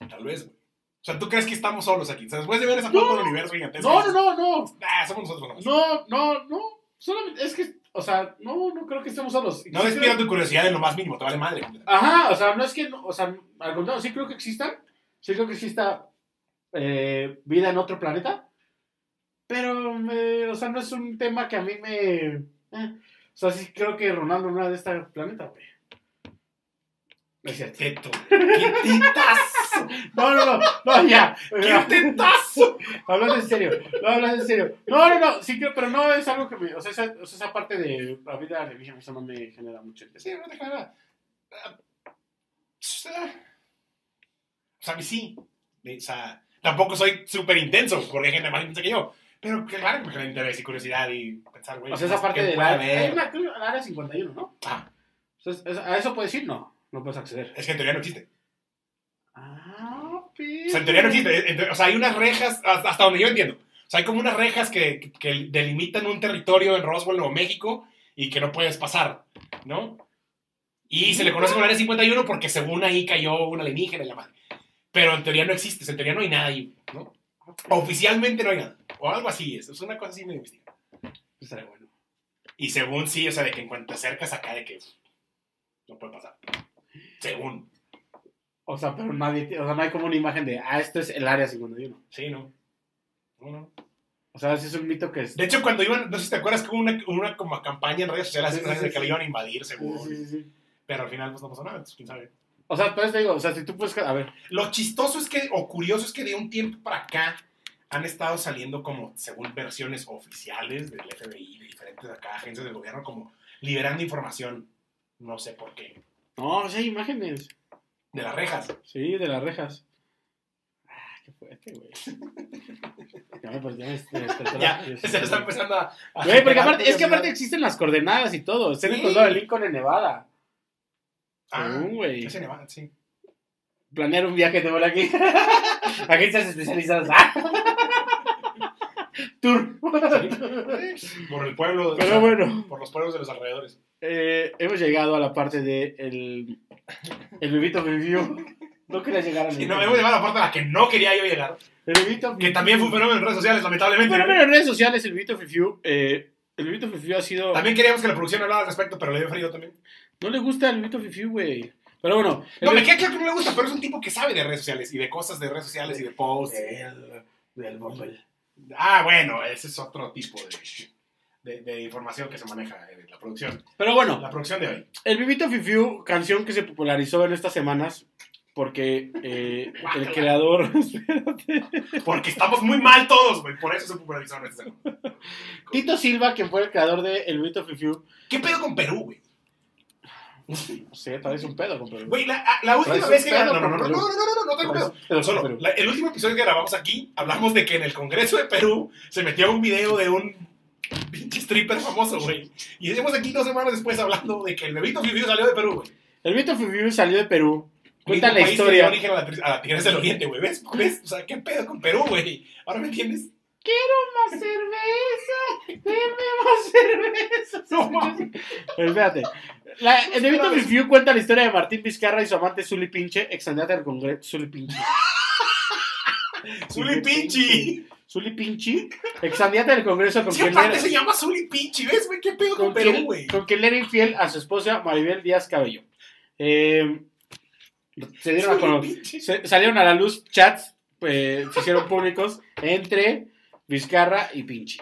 Tal vez, güey. O sea, ¿tú crees que estamos solos aquí? O sea, después de ver esa foto del universo gigantesco.
No, no, no, no.
Ah, somos nosotros nomás.
No, no, no. Solamente, es que, o sea, no, no creo que estemos solos.
No
Existe-
despierta tu curiosidad en lo más mínimo, te vale madre. completamente.
Ajá, o sea, no es que, no- o sea, al contrario, sí creo que existan, sí creo que exista eh, vida en otro planeta, pero, me- o sea, no es un tema que a mí me... eh. o sea, sí creo que Ronaldo no era de este planeta, güey. No es cierto.
Teto. ¡Qué tetazo!
No, no, no, no, ya.
¡Qué
Mira,
tetazo!
Hablas en serio, no hablas en serio. No, no, no, sí creo, pero no es algo que me... O sea, esa, o sea, esa parte de la vida alienígena, eso no me genera mucho interés.
Sí, no te nada. Ah, pues, ah. O sea, a mí sí. O sea, tampoco soy súper intenso, porque hay gente más intensa que yo. Pero claro que me genera interés y curiosidad y pensar, güey. pues,
O sea, esa parte
¿qué
de
puede
la... Hay
haber?
una, creo, la área 51, ¿no?
Ah,
Entonces, ¿es- ¿a eso puedes ir? No, no puedes acceder.
es que en teoría no existe.
Ah,
O sea, en teoría no existe. En te- O sea, hay unas rejas, hasta hasta donde yo entiendo. O sea, hay como unas rejas que, que- que delimitan un territorio en Roswell, Nuevo México, y que no puedes pasar, ¿no? Y se le conoce como el Área 51 porque según ahí cayó una alienígena y la madre. Pero en teoría no existe, o sea, en teoría no hay nada ahí, ¿no? Oficialmente no hay nada. O O algo así, es, es una cosa así medio mística.
Pues, Estaría bueno.
Y según sí, o sea, de que en cuanto te acercas acá, de que no puede pasar. Según.
O sea, pero nadie, te- o sea, no hay como una imagen de, ah, esto es el área 51.
Sí, ¿no? No, no.
O sea, ese es un mito que es.
De hecho, cuando iban, no sé si te acuerdas que hubo una, una como campaña en redes sociales
Sí, sí,
acerca de
sí,
que lo
sí.
iban a invadir,
Sí,
según.
sí, sí.
Pero al final pues no pasó nada, entonces quién sabe.
O sea, pues te digo, o sea, si tú puedes. A ver,
Lo chistoso es que, o curioso es que de un tiempo para acá han estado saliendo como, según versiones oficiales del FBI, de diferentes acá agencias del gobierno, como liberando información, no sé por qué,
no, o sea, hay imágenes.
de las rejas.
Sí, de las rejas. Ah, qué fuerte, güey. Ya me, pues, ya me- me despertó
Ya,
la
se está empezando a... a
Güey, porque
generar
aparte, es que
curiosidad.
aparte existen las coordenadas y todo. Está en el
Sí.
condado de Lincoln en Nevada.
Ah,
Según, güey.
es en Nevada, sí.
Planear un viaje de vuelo aquí. Agencias especializadas. Ah. Tour.
Sí. Por el pueblo,
Pero bueno,
por los pueblos de los alrededores.
eh, hemos llegado a la parte de el, el bebito vivió. No quería llegar a
Y no, hemos llegado a la parte a la que no quería yo llegar,
El bebito
que también fue un fenómeno en redes sociales, lamentablemente.
Bueno, pero en redes sociales el Bebito Fifiu, eh, el Bebito Fifiu ha sido...
También queríamos que la producción hablara al respecto, pero le dio frío también.
No le gusta el Bebito Fifiu, güey. Pero bueno. el
No, me
Be-
queda claro que no le gusta, pero es un tipo que sabe de redes sociales y de cosas de redes sociales y de posts.
Del- del Bumble.
Ah, bueno, ese es otro tipo de, de, de información que se maneja en la producción.
Pero bueno,
La producción de hoy.
El Vivito Fifiu, canción que se popularizó en estas semanas, porque eh, el
Guácala.
creador,
Porque estamos muy mal todos, güey. Por eso se popularizaron este tema.
Tito Silva, quien fue el creador de El Vivito Fifiu,
¿Qué pedo con Perú, güey?
no sé, tal vez un pedo, compadre.
Güey, la, a- la última
Traes
vez que
un pedo
No, no, no, no, no,
con
no, no, no, no tengo
Tal vez
pedo.
un pedo,
Solo,
pero-
la- el último episodio que grabamos aquí, hablamos de que en el Congreso de Perú se metió un video de un pinche stripper famoso, güey. Y estamos aquí dos semanas después hablando de que el bebito Fifiu salió de Perú, güey.
El Vivito Fifiu salió de Perú, cuenta
Mismo
la
país que dio
historia.
origen a la, tri- a la Tigres del Oriente, güey. ¿Ves? ¿Ves? O sea, ¿qué pedo con Perú, güey? ¿Ahora me entiendes?
¡Más cerveza! ¡Deme más cerveza!
No, mames.
Espérate. La- el Vivito
Claro.
Fifiu cuenta la historia de Martín Vizcarra y su amante Zuli Pinche, ex candidata del Congreso, Zuli Pinche.
Zuli Pinchi.
Zuli Pinche, ex candidata del Congreso con
Sí,
quien era-
aparte se llama Zuli Pinchi, ¿ves, güey? ¿Qué pedo con
con quien,
Perú, güey?
con quien le era infiel a su esposa Maribel Díaz Cabello. Eh, se dieron a
Zuli
conocer-
Pinchi.
se- salieron a la luz chats, eh, se hicieron públicos entre Vizcarra y Pinchi.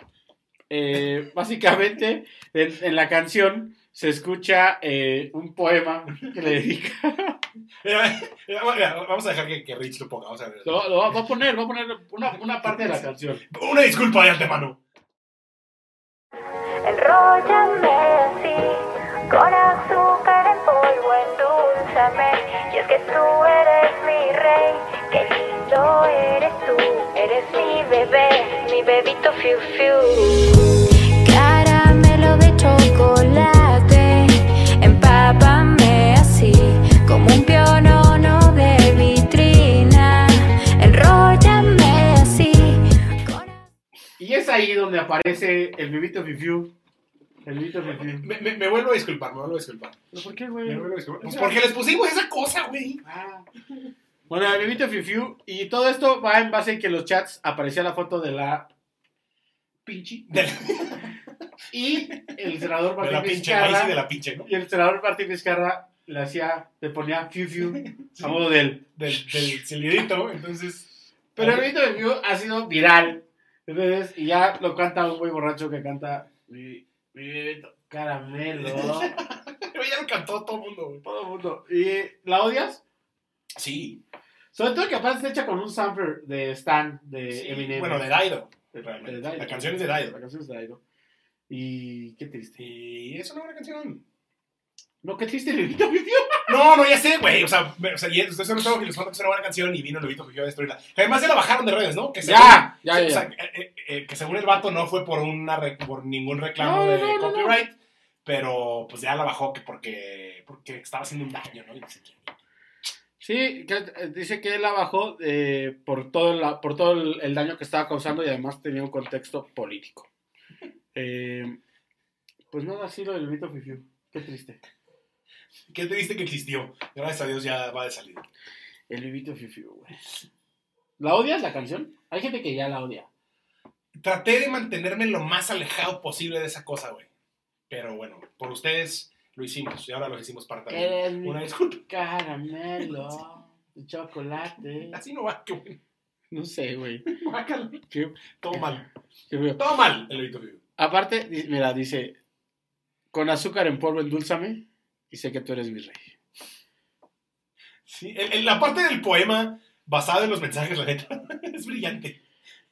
Eh, básicamente, en, en la canción se escucha eh, un poema que le dedica.
Mira, mira, mira, eh, Vamos a dejar que, que Rich lo ponga. Vamos a ver.
Lo, lo va va a poner, va a poner una, una parte de la canción.
Una disculpa de antemano.
Enróllame, sí, con azúcar en polvo, endulzame. Y es que tú eres mi rey, qué lindo eres tú. Eres mi bebé, mi bebito fiu fiu. Caramelo de chocolate, empápame así, como un pionono de vitrina. Enróllame así, con
Y es ahí donde aparece el Vivito Fifiu. El Vivito Fifiu.
Me, me- me vuelvo a disculpar, me vuelvo a disculpar.
¿Pero por qué,
Me
güey?
vuelvo a disculpar. Pues porque les pusimos esa cosa, güey.
Ah. Bueno, el bebito Fifiu. Y todo esto va en base en que en los chats aparecía la foto de la pinchi.
De la,
Y el senador
de
Martín
la pinche
Vizcarra.
maíz y de la pinche, ¿no?
Y el senador Martín Vizcarra le hacía, le ponía Fiu Fiu a modo de él.
Del, del silbidito, entonces.
Pero el bebito Fifiu ha sido viral. Entonces, y ya lo canta un güey borracho que canta mi, mi bebito caramelo.
Güey, ya lo cantó todo el mundo, güey.
Todo el mundo. ¿Y la odias?
Sí.
Sobre todo que aparte está hecha con un sampler de Stan, de
sí.
Eminem.
Bueno, de Daido.
De
Realmente.
Daido.
La canción es de Daido.
La canción es de Daido. Y qué triste.
Y es una buena canción.
No, qué triste, Levito vivió.
No, no, ya sé, güey. O sea, me- o sea y ustedes solo saben que les falta hacer una buena canción y vino el Lobito que a destruirla. Que además ya la bajaron de redes, ¿no? Que según-
Ya, ya,
O
ya.
sea, eh, eh, eh, que según el vato no fue por, una re- por ningún reclamo
No, no,
de
no, no, no.
copyright, pero pues ya la bajó que porque, porque estaba haciendo un daño, ¿no? Y no sé qué.
Sí, que, eh, dice que él la bajó eh, por todo, la, por todo el, el daño que estaba causando y además tenía un contexto político. Eh, pues nada, así lo del Levito Fifiu. Qué triste.
Qué triste que existió. Gracias a Dios ya va de salida.
El Levito Fifiu, güey. ¿La odias la canción? Hay gente que ya la odia.
Traté de mantenerme lo más alejado posible de esa cosa, güey. Pero bueno, por ustedes lo hicimos y ahora los hicimos para también.
Eres mi
Una disculpa.
caramelo, tu chocolate.
Así no va, qué bueno.
No sé, güey.
Guácala.
Qué-
Todo mal.
qué feo.
Todo mal, el Vito Vivo.
Aparte, di- mira, dice, con azúcar en polvo endulzame y sé que tú eres mi rey.
Sí, el- el- la parte del poema basada en los mensajes, la neta, es brillante.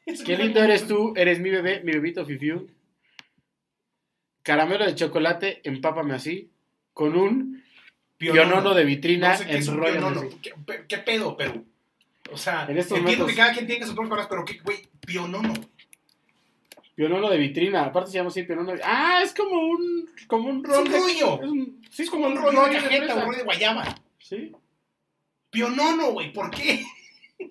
Es
Qué
una-
lindo eres tú, eres mi bebé, mi bebito Fifiu. Caramelo de chocolate, empápame así, con un pionono de vitrina
No sé qué es
en
un
rollo.
pionono. ¿Qué, pe- qué pedo, Perú? O sea,
En estos
entiendo
momentos-
que cada quien tiene sus propias palabras, pero qué, güey, pionono.
Pionono de vitrina, aparte se llama así pionono. de- Ah, es como un como un
Es
rol.
un
de-
rollo.
es un- sí,
Es como un rollo de cajeta, un rollo de guayaba.
Sí.
Pionono, güey, ¿por qué?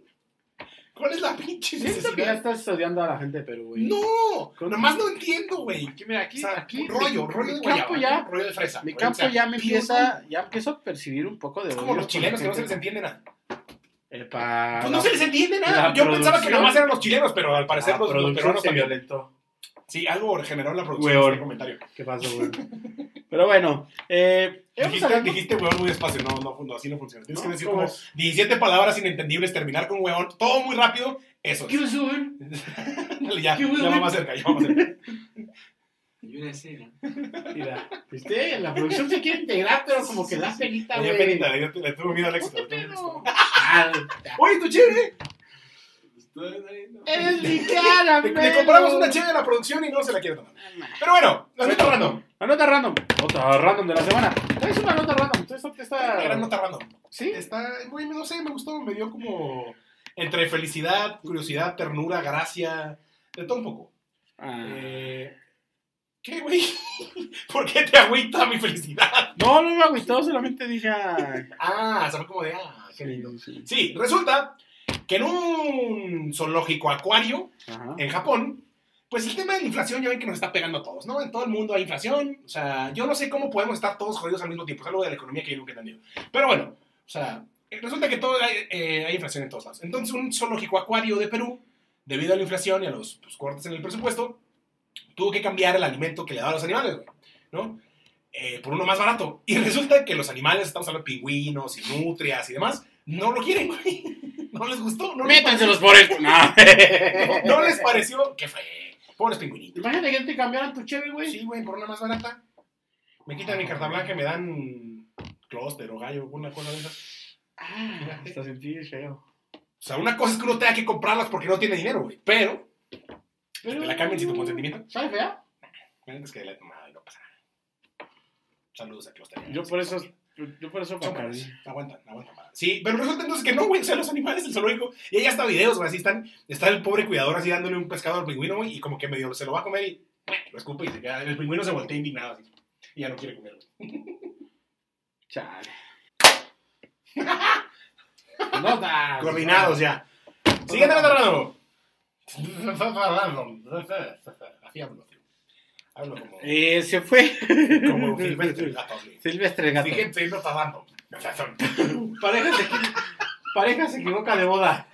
¿Cuál es la pinche
Siento que ya
necesidad?
estás odiando a la gente, pero güey.
No,
Con-
nomás no entiendo, güey.
Aquí, mira, aquí,
O sea,
aquí
rollo, rollo de
mi campo
guayaba,
ya,
rollo de fresa.
mi
rollo de-
campo ya me
pionono.
empieza, ya empiezo a percibir un poco de
Es como
odio
los chilenos que no se les
por la gente.
entiende nada.
Epa,
Pues no
la-
se les entiende nada.
la
Yo pensaba que
producción-
nomás eran los chilenos, pero al parecer
la
los, los
Ah, producción
peruanos
se
también.
violentó.
Sí, algo generó la producción
Weón.
de este comentario.
¿Qué pasó, güey? Pero bueno, eh, hemos
Dijiste,
hablado-
dijiste weón muy despacio, no, no, no, así no funciona. Tienes
No,
que decir
¿cómo
como
es?
17 palabras inentendibles, terminar con weón, todo muy rápido, eso. es. Dale, ya,
¿Qué
ya va
weón?
más cerca, ya va más cerca.
Y una escena.
Mira, ¿viste? La producción se quiere integrar, pero como que da penita,
Ya
güey.
penita, ya te- le tuvo miedo al éxito.
Ponte
le tuvo miedo al
pedo.
éxito.
Ah,
Oye, tu chévere,
Estoy ahí,
Eres mi cara,
le, le compramos una chévere a la producción y no se la quiere tomar.
Ah,
Pero bueno, la nota random.
La nota random. Nota random de la semana. Es una nota random. Entonces, esta-
La gran
esta...
nota random.
Sí,
Está, güey, no sé, me gustó, me dio como entre felicidad, curiosidad, ternura, gracia, de todo un poco.
Ah.
Eh, ¿Qué, güey? ¿Por qué te agüita mi felicidad?
No, no me agüitó, solamente dije. ah,
Ah, se fue como de, ah, qué lindo.
sí.
Sí, resulta que en un zoológico acuario
Ajá.
en Japón, pues el tema de la inflación ya ven que nos está pegando a todos, ¿no? En todo el mundo hay inflación. O sea, yo no sé cómo podemos estar todos jodidos al mismo tiempo. Es algo de la economía que yo nunca he entendido. Pero bueno, o sea, resulta que todo hay, eh, hay inflación en todos lados. Entonces, un zoológico acuario de Perú, debido a la inflación y a los pues, cortes en el presupuesto, tuvo que cambiar el alimento que le daba a los animales, güey, ¿no? Eh, por uno más barato. Y resulta que los animales, estamos hablando de pingüinos y nutrias y demás, no lo quieren, güey. No les gustó. No les pareció,
Métanselos por esto. No.
no, no les pareció que fue. Pobres pingüinitos.
Imagínate que te cambiaran tu cheve, güey.
Sí, güey, por una más barata. Me quitan mi carta blanca y me dan clúster o gallo, alguna cosa de esas.
Ah, hasta sentí feo.
O sea, una cosa es que uno tenga que comprarlas porque no tiene dinero, güey. Pero,
Pero-
te la cambian sin tu consentimiento.
¿Sabe fea?
Es que la he tomado y no pasa nada. Saludos a clúster.
Yo por eso. Yo por eso
Son
para
buenas. Aguantan, aguantan. para. Sí, pero resulta entonces que no, güey. O sea, los animales del zoológico. Y ahí hasta videos, güey. Así están. Está el pobre cuidador así dándole un pescado al pingüino, güey. Y como que medio se lo va a comer y lo escupe y se queda. El pingüino se voltea indignado así. Y ya no quiere comerlo.
Chale. Notas.
Coordinados ya. Siguiente nota random. Así hablo, tío. Hablo como.
Eh, se fue.
Como Gilberto el gato, güey.
Silvestre el gato.
Siguiente nota random. O sea, son-
Pareja se, equi- pareja se equivoca de boda.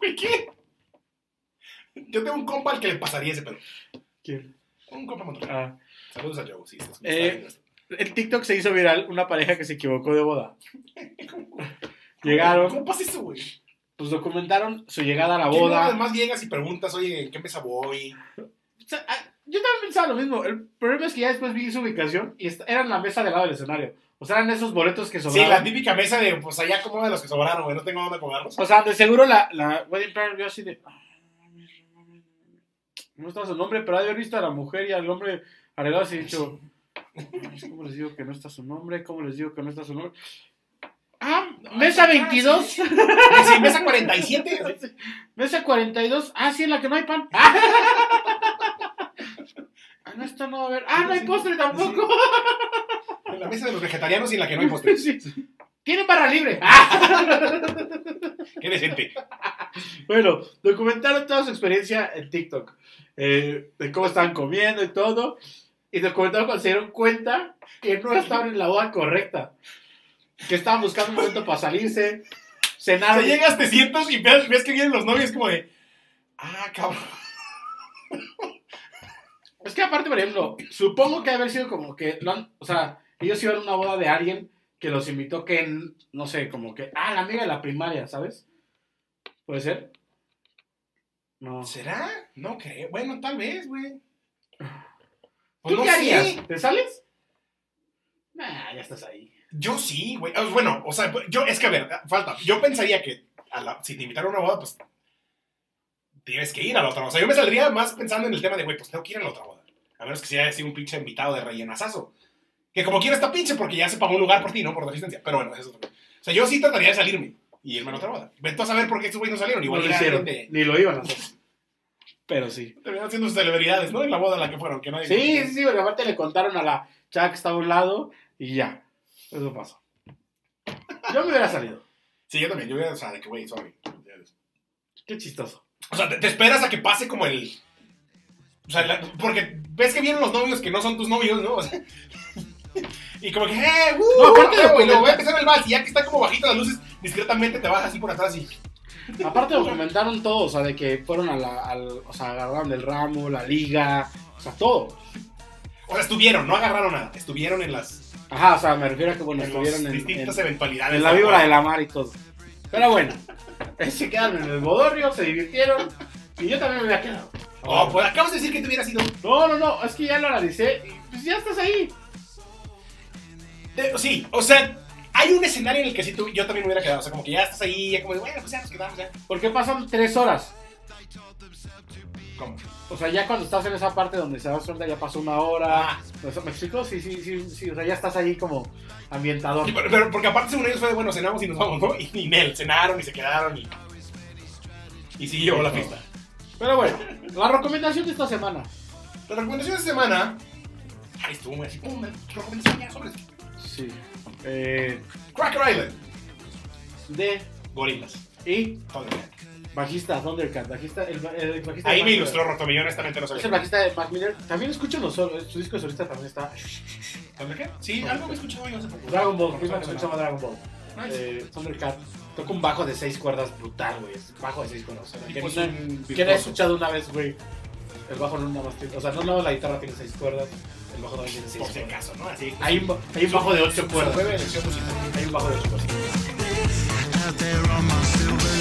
Güey, ¿Qué? Yo tengo un compa al que le pasaría ese pedo. Un compa motor.
Ah.
Saludos a Joe. Sí, estás-
Eh,
está bien, está
El TikTok se hizo viral una pareja que se equivocó de boda.
bien.
Llegaron.
¿Cómo pasa eso, güey?
Pues documentaron su llegada a la
¿Qué no?
boda.
Además llegas y preguntas, oye, ¿en qué mesa voy?
O sea, ah, Yo también pensaba lo mismo. El problema es que ya después vi su ubicación y est- era en la mesa del lado del escenario. O sea, eran esos boletos que
Sí, la
sobraban.
típica mesa de, pues allá como de los que sobraron, güey. No tengo dónde acomodarlos.
o sea, de seguro la, la wedding planner vio así de... "Ah, No está su nombre, pero ha de haber visto a la mujer y al hombre arreglados y dicho... "Ay, ¿Cómo les digo que no está su nombre? ¿Cómo les digo que no está su nombre? Ah, mesa 22.
Sí, mesa 47. así.
Mesa 42. Ah, sí, en la que no hay pan. Ah, no está no va a ver. Ah, no hay postre tampoco.
En la mesa de los vegetarianos y en la que no hay postres.
Sí. Tienen barra libre. Ah.
Qué decente.
Bueno, documentaron toda su experiencia en TikTok. eh, de cómo estaban comiendo y todo. Y documentaron cuando se dieron cuenta que no estaban en la boda correcta. Que estaban buscando un momento para salirse.
O sea,
Cenaron.
llegas, te sientas y ves, ves que vienen los novios como de. Ah, cabrón.
Es que aparte, por ejemplo, supongo que haber sido como que, lo han- o sea, ellos iban a una boda de alguien que los invitó que, n- no sé, como que, ah, la amiga de la primaria, ¿sabes? ¿Puede ser? No.
¿Será? No creo. Bueno, tal vez, güey.
¿Tú
Pues no
qué
sé.
harías? ¿Te sales? Nah, ya estás ahí.
Yo sí, güey. Ah, Bueno, o sea, yo, es que a ver, falta. Yo pensaría que a la- si te invitaron a una boda, pues tienes que ir a la otra. O sea, yo me saldría más pensando en el tema de, güey, pues tengo que ir a la otra boda. A menos que sea sido un pinche invitado de rellenazazo. Que como quiera está pinche porque ya se pagó un lugar por ti, ¿no? Por deficiencia. Pero bueno, eso es otro tema. O sea, yo sí trataría de salirme y irme a la otra boda. Vete a saber por qué estos güeyes no salieron. Igual
no lo
era
hicieron,
alguien de-
ni lo iban a hacer. Pero sí.
Terminaron siendo celebridades, ¿no? En la boda a la que fueron, que nadie.
Sí, sí, sí, porque aparte le contaron a la chava que estaba a un lado y ya. Eso pasó. Yo me hubiera salido.
Sí, yo también. Yo hubiera, o sea, de que, güey, sorry.
Qué chistoso.
O sea, te, te esperas a que pase como el. O sea, la- porque ves que vienen los novios que no son tus novios, ¿no? O sea, y como que, ¡eh! ¡Uh!
No, aparte de-
güey, luego voy a empezar el vals y ya que está como bajita las luces, discretamente te vas así por atrás y.
Aparte documentaron todo, o sea, de que fueron a la, al, o sea, agarraron del ramo, la liga, o sea, todo.
O sea, estuvieron, no agarraron nada. Estuvieron en las,
Ajá, o sea, me refiero a que, bueno,
en las
estuvieron en, en,
distintas eventualidades.
en la víbora de la mar y todo. Pero bueno, se quedaron en el bodorrio, se divirtieron y yo también me había quedado.
Oh, pues acabas de decir que te hubiera sido.
No, no, no, es que ya lo analicé y pues ya estás ahí.
de- sí, o sea, hay un escenario en el que sí tú, yo también me hubiera quedado. O sea, como que ya estás ahí, ya como de, bueno, pues ya nos quedamos, ya.
¿Por qué pasan tres horas?
Como,
O sea, ya cuando estás en esa parte donde se da suelta ya pasó una
Ah.
hora. O sea, ¿Me explico? Sí, sí, sí, sí. O sea, ya estás ahí como ambientador.
Sí, pero, pero- porque aparte según ellos fue de, bueno, cenamos y nos vamos, ¿no? Y, y Nel, cenaron y se quedaron y... Y siguió la fiesta.
Pero bueno, la recomendación de esta semana.
La recomendación de esta semana... Ay, estuvo muy así, pum, recomendación ya, sobre
Sí. Eh,
Cracker Island.
de
Gorilas.
y
Thundercat.
bajista Thundercat. Bajista, el, ba- el bajista de
Ahí me
Mac Miller.
ilustró Roto, yo honestamente no
Es el
sabía.
bajista de Mac Miller. También escucho los eh, solos. Su disco de solista también está.
¿Thundercat? Sí, algo que he escuchado yo hace poco.
Dragon Ball.
Nice.
Mismo que se llama Dragon Ball. Eh, Thundercat. Toca un bajo de seis cuerdas brutal, güey. Es bajo de seis cuerdas. O sea,
Tipo
que
es
no-
pues un
Que la he
virtuoso.
escuchado una vez, güey. El bajo no nada más tiene. O sea, no nada más la guitarra tiene seis cuerdas. El bajo también tiene seis
Por si
cuerdas.
acaso, ¿no? Así.
Hay un, ba- hay un bajo de ocho
Su
cuerdas.
breve elección musical.
Hay un bajo de ocho cuerdas.
Out there on my silver